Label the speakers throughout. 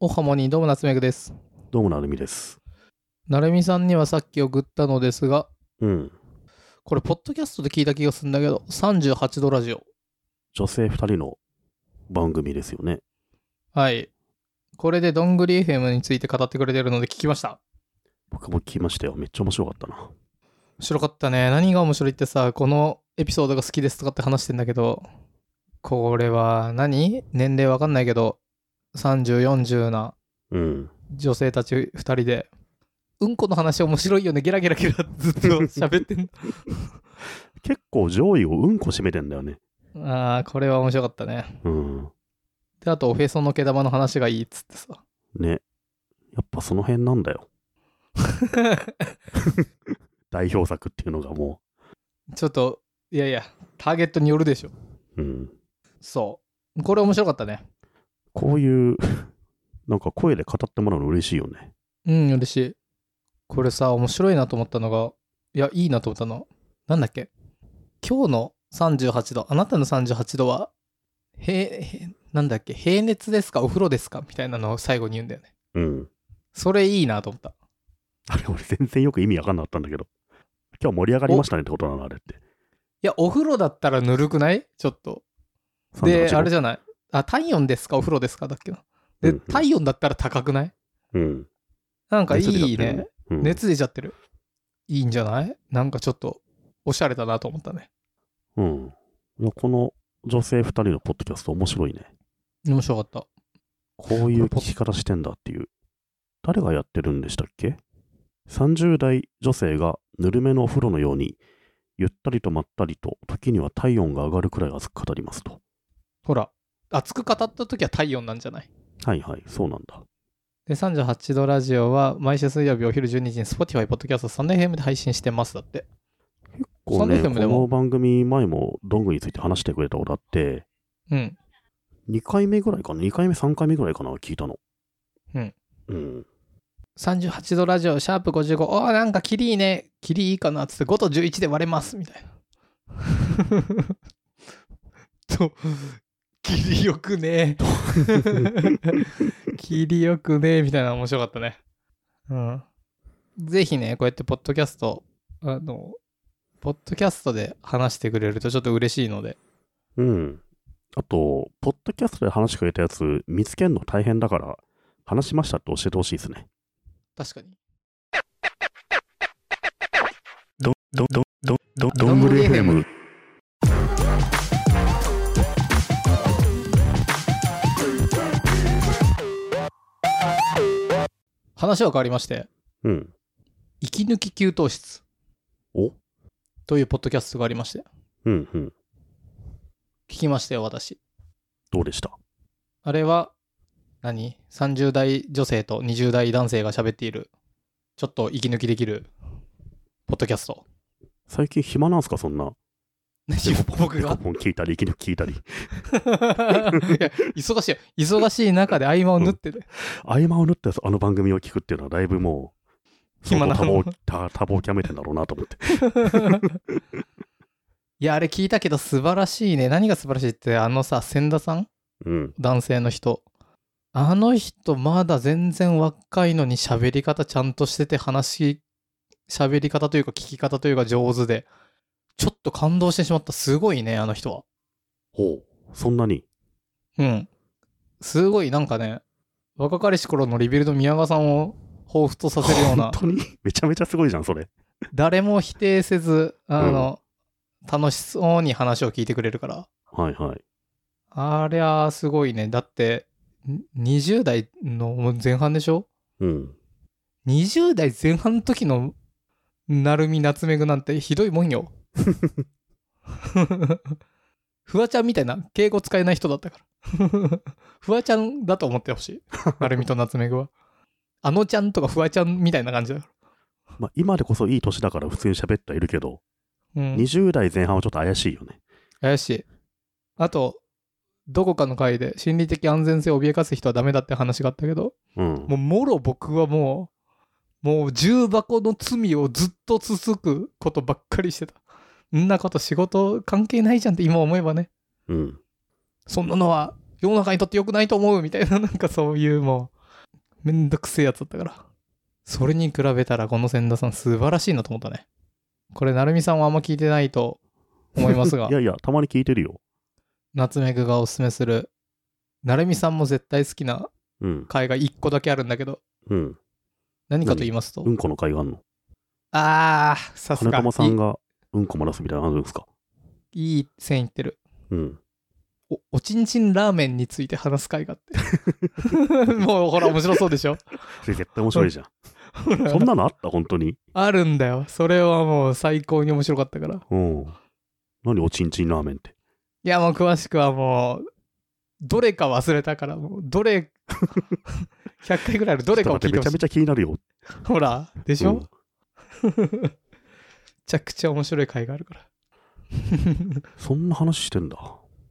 Speaker 1: おはもにどうも夏目くです。
Speaker 2: どうもなるみです。
Speaker 1: なるみさんにはさっき送ったのですが、
Speaker 2: うん。
Speaker 1: これ、ポッドキャストで聞いた気がするんだけど、38度ラジオ。
Speaker 2: 女性二人の番組ですよね。
Speaker 1: はい。これでどんぐり FM について語ってくれてるので聞きました。
Speaker 2: 僕も聞きましたよ。めっちゃ面白かったな。
Speaker 1: 面白かったね。何が面白いってさ、このエピソードが好きですとかって話してんだけど、これは何年齢わかんないけど、30、40な
Speaker 2: うん。
Speaker 1: 女性たち2人で、うんこの話面白いよね、ゲラゲラゲラずっと喋ってんの。
Speaker 2: 結構上位をうんこ占めてんだよね。
Speaker 1: ああ、これは面白かったね。
Speaker 2: うん。
Speaker 1: で、あと、おへその毛玉の話がいいっつってさ。
Speaker 2: ね。やっぱその辺な んだよ。代表作っていうのがも
Speaker 1: ちょっと、いやいや、ターゲットによるでしょ。
Speaker 2: う。うん。
Speaker 1: そう。これ面白かったね。
Speaker 2: こういう、なんか声で語ってもらうの嬉しいよね。
Speaker 1: うん、嬉しい。これさ、面白いなと思ったのが、いや、いいなと思ったの。なんだっけ今日の38度、あなたの38度は、へ、へなんだっけ平熱ですかお風呂ですかみたいなのを最後に言うんだよね。
Speaker 2: うん。
Speaker 1: それいいなと思った。
Speaker 2: あれ、俺全然よく意味わかんなかったんだけど。今日盛り上がりましたねってことなの、あれって。
Speaker 1: いや、お風呂だったらぬるくないちょっと。で、
Speaker 2: 38
Speaker 1: あれじゃない。あ、体温ですかお風呂ですかだっけな。で、
Speaker 2: うんうん
Speaker 1: 体温だったら高くない
Speaker 2: うん。
Speaker 1: なんかい
Speaker 2: 熱出ちゃって
Speaker 1: い
Speaker 2: るよ
Speaker 1: ね。。
Speaker 2: うん
Speaker 1: 熱出ちゃってる。いいんじゃないなんかちょっと、おしゃれだなと思ったね。
Speaker 2: うん。いやこの女性2人のポッドキャスト面白いね。
Speaker 1: 面白かった。
Speaker 2: こういう聞き方してんだっていう。誰がやってるんでしたっけ ?30 代女性がぬるめのお風呂のように、ゆったりとまったりと、時には体温が上がるくらい熱く語りますと。
Speaker 1: ほら、熱く語った時は体温なんじゃない
Speaker 2: はいはい、そうなんだ。
Speaker 1: で、38度ラジオは毎週水曜日お昼12時に Spotify、Podcast、サンデー FM で配信してます。だって。
Speaker 2: こうね、
Speaker 1: サンデー FM
Speaker 2: こ
Speaker 1: でも
Speaker 2: の番組前もどんぐりについて話してくれたことあって、
Speaker 1: うん。
Speaker 2: 2回目ぐらいかな、2回目、3回目ぐらいかな、聞いたの。
Speaker 1: うん。
Speaker 2: うん。
Speaker 1: 38度ラジオ、シャープ55。おー、なんかキリいいね。キリいいかな。つって5と11で割れます。みたいな。 と、キリよくねえ。キリよくねえ。みたいなの面白かったね。うん。ぜひね、こうやってポッドキャスト、あの、ポッドキャストで話してくれるとちょっと嬉しいので。
Speaker 2: うん。あと、ポッドキャストで話してくれたやつ、見つけるの大変だから、話しましたって教えてほしいですね。
Speaker 1: 確かに。
Speaker 2: ど、ど、ど、ど、
Speaker 1: どんぐり FM。話は変わりまして、
Speaker 2: うん。
Speaker 1: 息抜き給湯室
Speaker 2: お
Speaker 1: というポッドキャストがありまして、
Speaker 2: うんうん。
Speaker 1: 聞きましたよ、私。
Speaker 2: どうでした
Speaker 1: あれは何、?30 代女性と20代男性が喋っている、ちょっと息抜きできる、ポッドキャスト。
Speaker 2: 最近暇なんすかそんな。
Speaker 1: 僕
Speaker 2: デコ
Speaker 1: が
Speaker 2: ポン聞いたり、息抜き聞いたり。
Speaker 1: いや忙しいよ。忙しい中で合間を縫って る。
Speaker 2: 合間を縫ったあの番組を聞くっていうのは、だいぶもう、
Speaker 1: 暇な
Speaker 2: 相当多忙多多忙キャメてんだろうなと思って。
Speaker 1: いや、あれ聞いたけど素晴らしいね。何が素晴らしいって、あのさ、千田さん
Speaker 2: うん。
Speaker 1: 男性の人。あの人まだ全然若いのに喋り方ちゃんとしてて話、喋り方というか聞き方というか上手で、ちょっと感動してしまった。すごいね、あの人は。
Speaker 2: ほう。そんなに。
Speaker 1: うん。すごいなんかね、若かりし頃のリビルド宮川さんを彷彿とさせるような
Speaker 2: 本、当にめちゃめちゃすごいじゃん、それ。
Speaker 1: 誰も否定せず、あの、楽しそうに話を聞いてくれるから。
Speaker 2: はいはい。
Speaker 1: ありゃあすごいね。だって、ん20代の前半でしょ
Speaker 2: うん。
Speaker 1: 20代前半の時のなるみ夏目ぐなんてひどいもんよ。フワちゃんみたいな敬語使えない人だったから。フワちゃんだと思ってほしい。なるみと夏目ぐは。あのちゃんとかフワちゃんみたいな感じだか
Speaker 2: まあ、今でこそいい年だから普通に喋ってはいるけど、
Speaker 1: ら。うん、
Speaker 2: 20代前半はちょっと怪しいよね。
Speaker 1: 怪しい。あと、どこかの回で心理的安全性を脅かす人はダメだって話があったけど、
Speaker 2: うん
Speaker 1: も。うもろ僕はもう、もう重箱の罪をずっと続くことばっかりしてた。んなこと仕事関係ないじゃんって今思えばね。
Speaker 2: うん。
Speaker 1: そんなのは世の中にとって良くないと思うみたいな、なんかそういうもう、めんどくせえやつだったから。それに比べたらこの千田さん素晴らしいなと思ったね。これ、成美さんはあんま聞いてないと思いますが
Speaker 2: い、やいや、たまに聞いてるよ。
Speaker 1: 夏目くがおすすめする、成美さんも絶対好きな
Speaker 2: うん。
Speaker 1: 回が1個だけあるんだけど、
Speaker 2: うん。
Speaker 1: 何かと言いますと、
Speaker 2: うんこの会があんの。
Speaker 1: あー、さす
Speaker 2: 金
Speaker 1: が
Speaker 2: 玉さんがうんこ漏らすみたいなのあるんですか。
Speaker 1: いいいい線いってる。
Speaker 2: うん。
Speaker 1: おおちんちんラーメンについて話す回があ って。もうほら、面白そうでしょ
Speaker 2: それ絶対面白いじゃん。
Speaker 1: ほら
Speaker 2: そんなのあった本当に。
Speaker 1: あるんだよ。それはもう最高に面白かったから。
Speaker 2: うん。何おちんちんラーメンって。
Speaker 1: いや、もう詳しくはもう、どれか忘れたから、もう、どれ、100回ぐらいあるどれかを
Speaker 2: ちょ
Speaker 1: 聞い
Speaker 2: っと待
Speaker 1: てほ
Speaker 2: ってめちゃ
Speaker 1: しい
Speaker 2: め。ちゃ気になるよ。
Speaker 1: ほら、でし
Speaker 2: う
Speaker 1: ょ
Speaker 2: ん、
Speaker 1: めちゃくちゃ面白い回があるから。
Speaker 2: そんな話してんだ。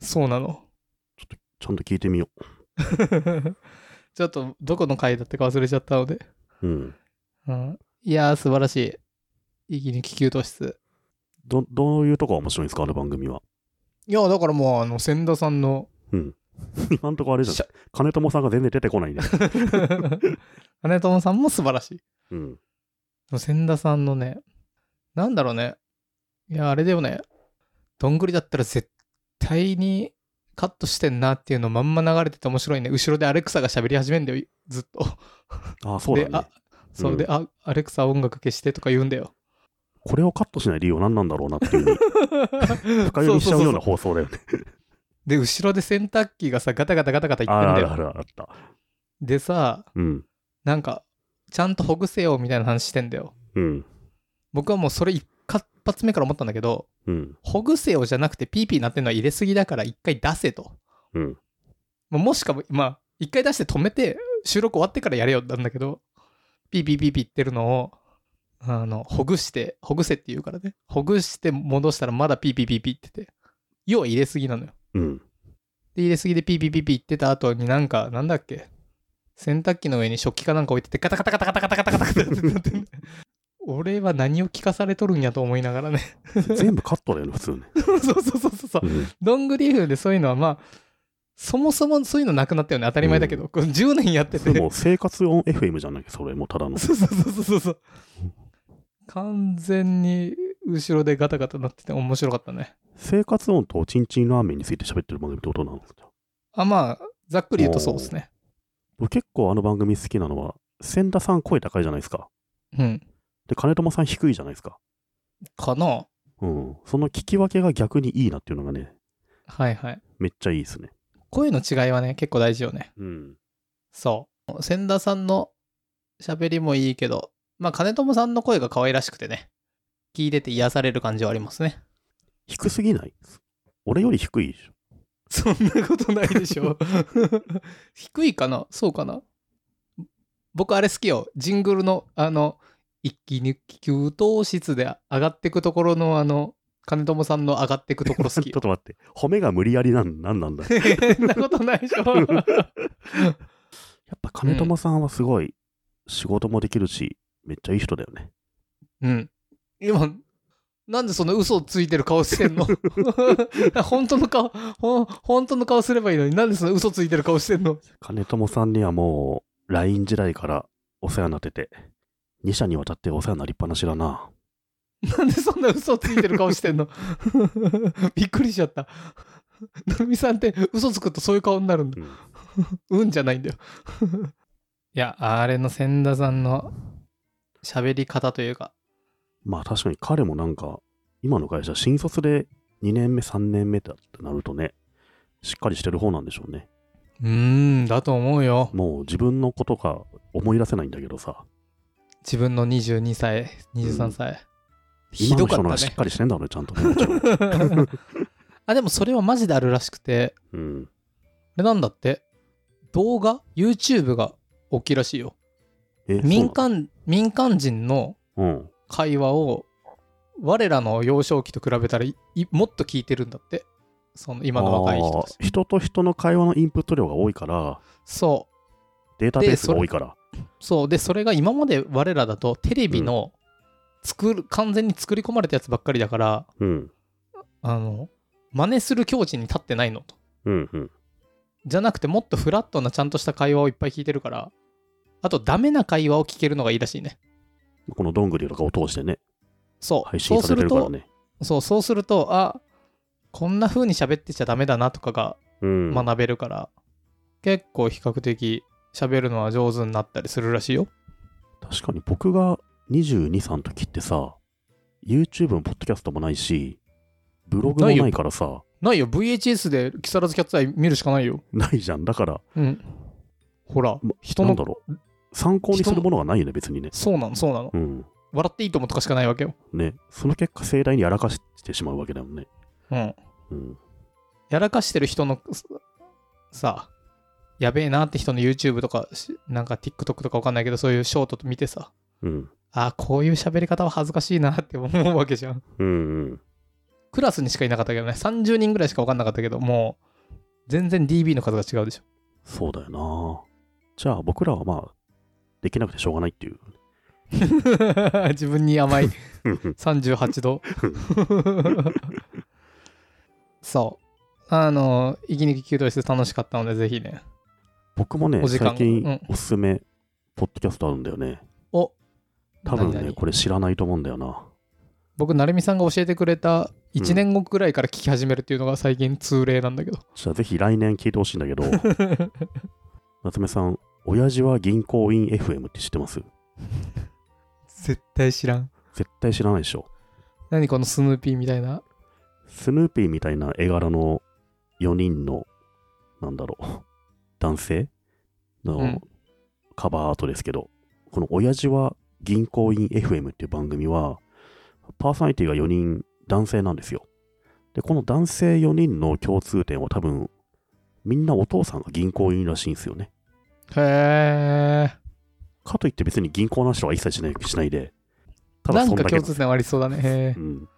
Speaker 1: そうなの。
Speaker 2: ちゃんと聞いてみよ
Speaker 1: ちょっと、どこの回だったか忘れちゃったので。
Speaker 2: う。うん。
Speaker 1: うん、いやー、素晴らしい。一気に気球突出。
Speaker 2: ど、どういうとこが面白いんですかあの番組は。
Speaker 1: いや、だからもう、あの、千田さんの
Speaker 2: 今んとこあれじゃん
Speaker 1: しゃ。
Speaker 2: 金友さんが全然出てこないね。
Speaker 1: 金友さんも素晴らしい。で
Speaker 2: うん。
Speaker 1: も千田さんのね、なんだろうね。いや、あれだよね。どんぐりだったら絶対にカットしてんなっていうのまんま流れてて面白いね。後ろでアレクサが喋り始めんだよ、ずっと。
Speaker 2: ああ、そう
Speaker 1: で、
Speaker 2: だね
Speaker 1: あ。、そううんで、あ、アレクサ音楽消してとか言うんだ よ。
Speaker 2: これをカットしない理由は何なんだろうなって いうふうに深読みしちゃうような放送だよね。
Speaker 1: で、後ろで洗濯機がさ、ガタガタガタガタ言
Speaker 2: あ
Speaker 1: ってん
Speaker 2: ら
Speaker 1: だ
Speaker 2: あらあ
Speaker 1: よ。
Speaker 2: らあった。
Speaker 1: でさ、
Speaker 2: うん。
Speaker 1: なんか、ちゃんとほぐせよみたいな話してんだよ。
Speaker 2: うん。
Speaker 1: 僕はもうそれ一発目から思ったんだけど、
Speaker 2: うん。
Speaker 1: ほぐせよじゃなくてピーピーなってるのは入れすぎだから一回出せと。
Speaker 2: うん。
Speaker 1: まあもしかも、まあ、一回出して止めて、収録終わってからやれよなんだけど、ピーピーピーピー言ってるのを、あの、ほぐして、ほぐせって言うからね。ほぐして戻したらまだピーピーピーピーって言って。要は入れすぎなのよ。
Speaker 2: うん。
Speaker 1: で、入れすぎでピーピーピーピー言ってた後になんか、なんだっけ。洗濯機の上に食器かなんか置いてて、ガタガタガタガタガタガタガタガタってなってんの俺は何を聞かされとるんやと思いながらね。
Speaker 2: 全部カットだよね、普通ね。
Speaker 1: そうそうそうそうそう。
Speaker 2: うん
Speaker 1: ロングリーフでそういうのはまあそもそもそういうのなくなったよね当たり前だけど、これ10年やって
Speaker 2: そ
Speaker 1: て
Speaker 2: れもう生活音 FM じゃなきゃ、それもうただの。
Speaker 1: そうそうそうそうそう完全に後ろでガタガタなってて面白かったね
Speaker 2: 生活音とチンチンラーメンについて喋ってる番組ってことなの
Speaker 1: あまあざっくり言うとそうですね
Speaker 2: 結構あの番組好きなのは、千田さん声高いじゃないですか。
Speaker 1: うん
Speaker 2: で、金友さん低いじゃないですか。
Speaker 1: かな
Speaker 2: うん。その聞き分けが逆にいいなっていうのがね、
Speaker 1: はいはい
Speaker 2: めっちゃいいですね。
Speaker 1: 声の違いはね結構大事よね
Speaker 2: うん。
Speaker 1: そう千田さんの喋りもいいけどまあ金友さんの声が可愛らしくてね聞いてて癒される感じはありますね
Speaker 2: 低すぎない俺より低いでしょ。
Speaker 1: そんなことないでしょ。 低いかなそうかな僕あれ好きよ。ジングルのあの、一気に給湯室で上がってくところのあの、金友さんの上がってくところ好き
Speaker 2: ちょっ。と待って。褒めが無理やりなん、なんなんだ。や
Speaker 1: そんなことないでしょ。
Speaker 2: っぱ金友さんはすごい、仕事もできるし、めっちゃいい人だよね。
Speaker 1: うん。今、なんでその嘘をついてる顔してんの 本当の顔ほん、本当の顔すればいいのになんでその嘘ついてる顔してんの
Speaker 2: 金友さんにはもう、LINE 時代からお世話になってて、2社にわたってお世話になりっぱなしだな。
Speaker 1: なんでそんな嘘ついてる顔してんの びっくりしちゃった。なるみさんって嘘つくとそういう顔になるんだ。
Speaker 2: うん
Speaker 1: うんじゃないんだよ。 いや、あれの千田さんの喋り方というか、
Speaker 2: まあ確かに彼もなんか、今の会社、新卒で2年目、3年目だってなるとね、しっかりしてる方なんでしょうね。
Speaker 1: うーん、だと思うよ。
Speaker 2: もう自分のことが思い出せないんだけどさ、
Speaker 1: 自分の22歳、23歳。ひ
Speaker 2: 今
Speaker 1: ど
Speaker 2: の
Speaker 1: かっ
Speaker 2: 人
Speaker 1: た
Speaker 2: のがしっ
Speaker 1: ね。
Speaker 2: かりしてんだろうね、ちゃんとね。もちろ ん
Speaker 1: あ、でもそれはマジであるらしくて、
Speaker 2: うん。
Speaker 1: あれなんだって、動画 ?YouTube が大きいらしいよ。
Speaker 2: え
Speaker 1: 民間、民間人の
Speaker 2: そうなのうん。
Speaker 1: 会話を我らの幼少期と比べたらいいもっと聞いてるんだってその今の若い人たち
Speaker 2: あー人と人の会話のインプット量が多いから、
Speaker 1: そ
Speaker 2: データベースが多いから。
Speaker 1: うそうでそれが今まで我らだとテレビの作る、完全に作り込まれたやつばっかりだから
Speaker 2: うん。
Speaker 1: あの真似する境地に立ってないのと
Speaker 2: うんうん。
Speaker 1: じゃなくてもっとフラットなちゃんとした会話をいっぱい聞いてるからあと、ダメな会話を聞けるのがいいらしいね。
Speaker 2: このどんぐりとかを通してね、
Speaker 1: そう。
Speaker 2: 配
Speaker 1: そ
Speaker 2: 信
Speaker 1: う
Speaker 2: さ
Speaker 1: す
Speaker 2: れて
Speaker 1: る
Speaker 2: るから
Speaker 1: と、
Speaker 2: ね。
Speaker 1: そう、そうすると、あ、こんな風に喋ってちゃダメだなとかが
Speaker 2: うん。
Speaker 1: 学べるから、結構比較的喋るのは上手になったりするらしいよ。
Speaker 2: 確かに僕が22、3の時ってさ、YouTube もポッドキャストもないし、ブログも
Speaker 1: ないよ
Speaker 2: ないからさ、
Speaker 1: ないよ、VHS で木更津キャッツアイ見るしかないよ。
Speaker 2: ないじゃん。だから、
Speaker 1: うん。ほら、
Speaker 2: ま
Speaker 1: 人
Speaker 2: な
Speaker 1: の
Speaker 2: んだ、ろう。参考にするものがないよね、別にね。
Speaker 1: そうなの、そうなの。
Speaker 2: うん。
Speaker 1: 笑っていいともとかしかないわけよ。
Speaker 2: ね。その結果、盛大にやらかしてしまうわけだもんね。
Speaker 1: うん。
Speaker 2: うん。
Speaker 1: やらかしてる人のすさ、やべえなって人の YouTube とか、しなんか TikTok とかわかんないけど、そういうショート見てさ、
Speaker 2: うん。
Speaker 1: あーこういう喋り方は恥ずかしいなって思うわけじゃん。
Speaker 2: うんうん。
Speaker 1: クラスにしかいなかったけどね、30人ぐらいしかわかんなかったけど、もう、全然 DB の数が違うでしょ。
Speaker 2: そうだよな。じゃあ、僕らはまあ、できなくてしょうがないっていう。
Speaker 1: 自分に甘い
Speaker 2: うん
Speaker 1: 38度 そうあの息抜き給湯室楽しかったのでぜひね
Speaker 2: 僕もね、
Speaker 1: お時間
Speaker 2: 最近
Speaker 1: うん
Speaker 2: おすすめ、ポッドキャストあるんだよね。
Speaker 1: お
Speaker 2: 多分
Speaker 1: 何
Speaker 2: ね、
Speaker 1: 々
Speaker 2: これ知らないと思うんだよな。
Speaker 1: 僕成美さんが教えてくれた
Speaker 2: うん
Speaker 1: 1年後くらいから聞き始めるっていうのが最近通例なんだけど、
Speaker 2: じゃあぜひ来年聞いてほしいんだ けど、夏目さん、親父は銀行員 FM って知ってます
Speaker 1: 絶対知らん
Speaker 2: 絶対知らないでしょ。
Speaker 1: 何このスヌーピーみたいな
Speaker 2: スヌーピーみたいな絵柄の4人の、なんだろう、男性
Speaker 1: う
Speaker 2: の
Speaker 1: ん
Speaker 2: カバーアートですけど、この親父は銀行員 FM っていう番組は、パーソナリティが4人男性なんですよ。で、この男性4人の共通点は多分、みんなお父さんが銀行員らしいんですよね。
Speaker 1: へ
Speaker 2: かといって別に銀行の話は一切しないしないで、
Speaker 1: え
Speaker 2: た
Speaker 1: な
Speaker 2: だそ
Speaker 1: ん
Speaker 2: ん
Speaker 1: か
Speaker 2: だけな
Speaker 1: 共
Speaker 2: んです
Speaker 1: 通点はありそうだねへえ
Speaker 2: うん、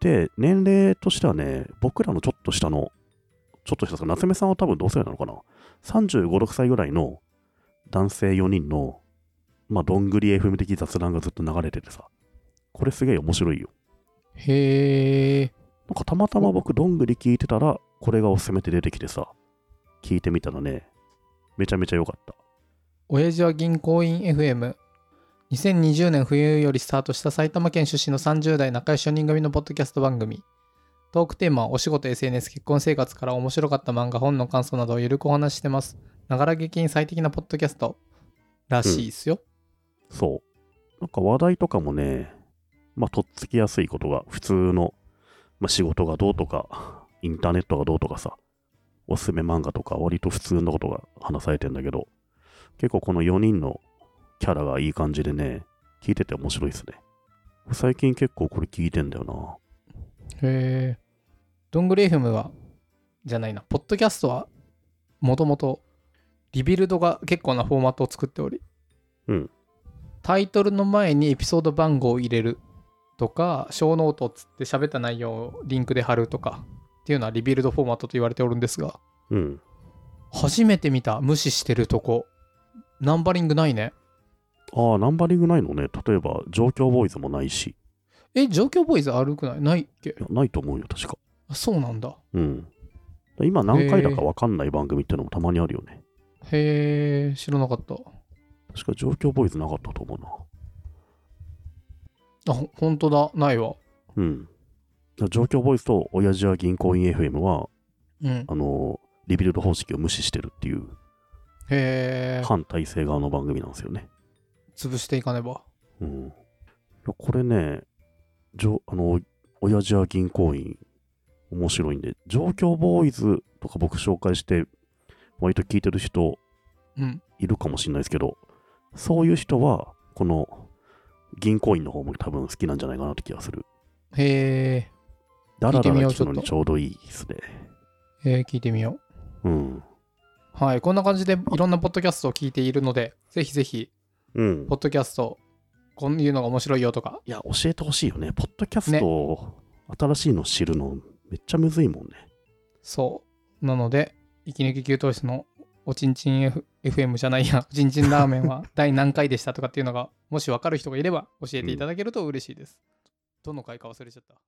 Speaker 2: で、年齢としてはね、僕らのちょっと下の、ちょっと下ですか夏目さんは多分同世代なのかな、35、6歳ぐらいの男性4人の、まあ、どんぐり FM 的雑談がずっと流れててさ、これすげえ面白いよ。
Speaker 1: へえ
Speaker 2: なんかたまたま僕、どんぐり聞いてたら、これがおすすめで出てきてさ、聞いてみたらね、めちゃめちゃ良かった。
Speaker 1: 親父は銀行員 FM 2020年冬よりスタートした埼玉県出身の30代仲良し4人組のポッドキャスト番組トークテーマはお仕事 SNS 結婚生活から面白かった漫画本の感想などをゆるくお話ししてますながら劇に最適なポッドキャストらしいっすよ、
Speaker 2: そう。なんか話題とかもね、まあ、とっつきやすいことが、普通の、まあ、仕事がどうとか、インターネットがどうとかさ、おすすめ漫画とか、割と普通のことが話されてんだけど、結構この4人のキャラがいい感じでね、聞いてて面白いですね。最近結構これ聞いてんだよな。
Speaker 1: へえどんぐり FM はじゃないなポッドキャストはもともとリビルドが結構なフォーマットを作っており
Speaker 2: うん
Speaker 1: タイトルの前にエピソード番号を入れるとか小ノートっつって喋った内容をリンクで貼るとかっていうのはリビルドフォーマットと言われておるんですが
Speaker 2: うん。
Speaker 1: 初めて見た無視してるとこナンバリングないね
Speaker 2: ああ、ナンバリングないのね。例えば、状況ボーイズもないし、
Speaker 1: え状況ボーイズ歩くないないっけ
Speaker 2: いやないと思うよ、確か。
Speaker 1: あそうなんだ
Speaker 2: うん。今何回だか分かんない番組ってのもたまにあるよね。
Speaker 1: へえ知らなかった
Speaker 2: 確か状況ボーイズなかったと思う
Speaker 1: あほほんとだないわ
Speaker 2: な。うん。状況ボーイズと親父は銀行員 FM は、
Speaker 1: うん
Speaker 2: あのーリビルド方式を無視してるっていう
Speaker 1: へえ
Speaker 2: 反体制側の番組なんですよね。
Speaker 1: 潰していかねば
Speaker 2: うん。いやこれね、じょあの、親父は銀行員、面白いんで、状況ボーイズとか僕紹介して、割と聞いてる人
Speaker 1: うん
Speaker 2: いるかもしれないですけど、そういう人は、この銀行員の方も多分好きなんじゃないかなって気がする。
Speaker 1: へ
Speaker 2: だ
Speaker 1: 聞
Speaker 2: ら
Speaker 1: いて
Speaker 2: だ
Speaker 1: みよ
Speaker 2: ら
Speaker 1: う
Speaker 2: 聞くのにちょうどいいですね。
Speaker 1: えへー聞いてみよう
Speaker 2: うん。
Speaker 1: はいこんな感じでいろんなポッドキャストを聞いているのでぜひぜひ
Speaker 2: うん
Speaker 1: ポ。ッドキャストこういうのが面白いよとか
Speaker 2: いや、教えてほしいよね。ポッドキャストを、新しいの知るの、めっちゃむずいもんね。
Speaker 1: そうなので息抜き給湯室のおちんちん、F、FM じゃないやおちんちんラーメ ンは第何回でしたとかっていうのがもし分かる人がいれば教えていただけると嬉しいです、どの回か忘れちゃった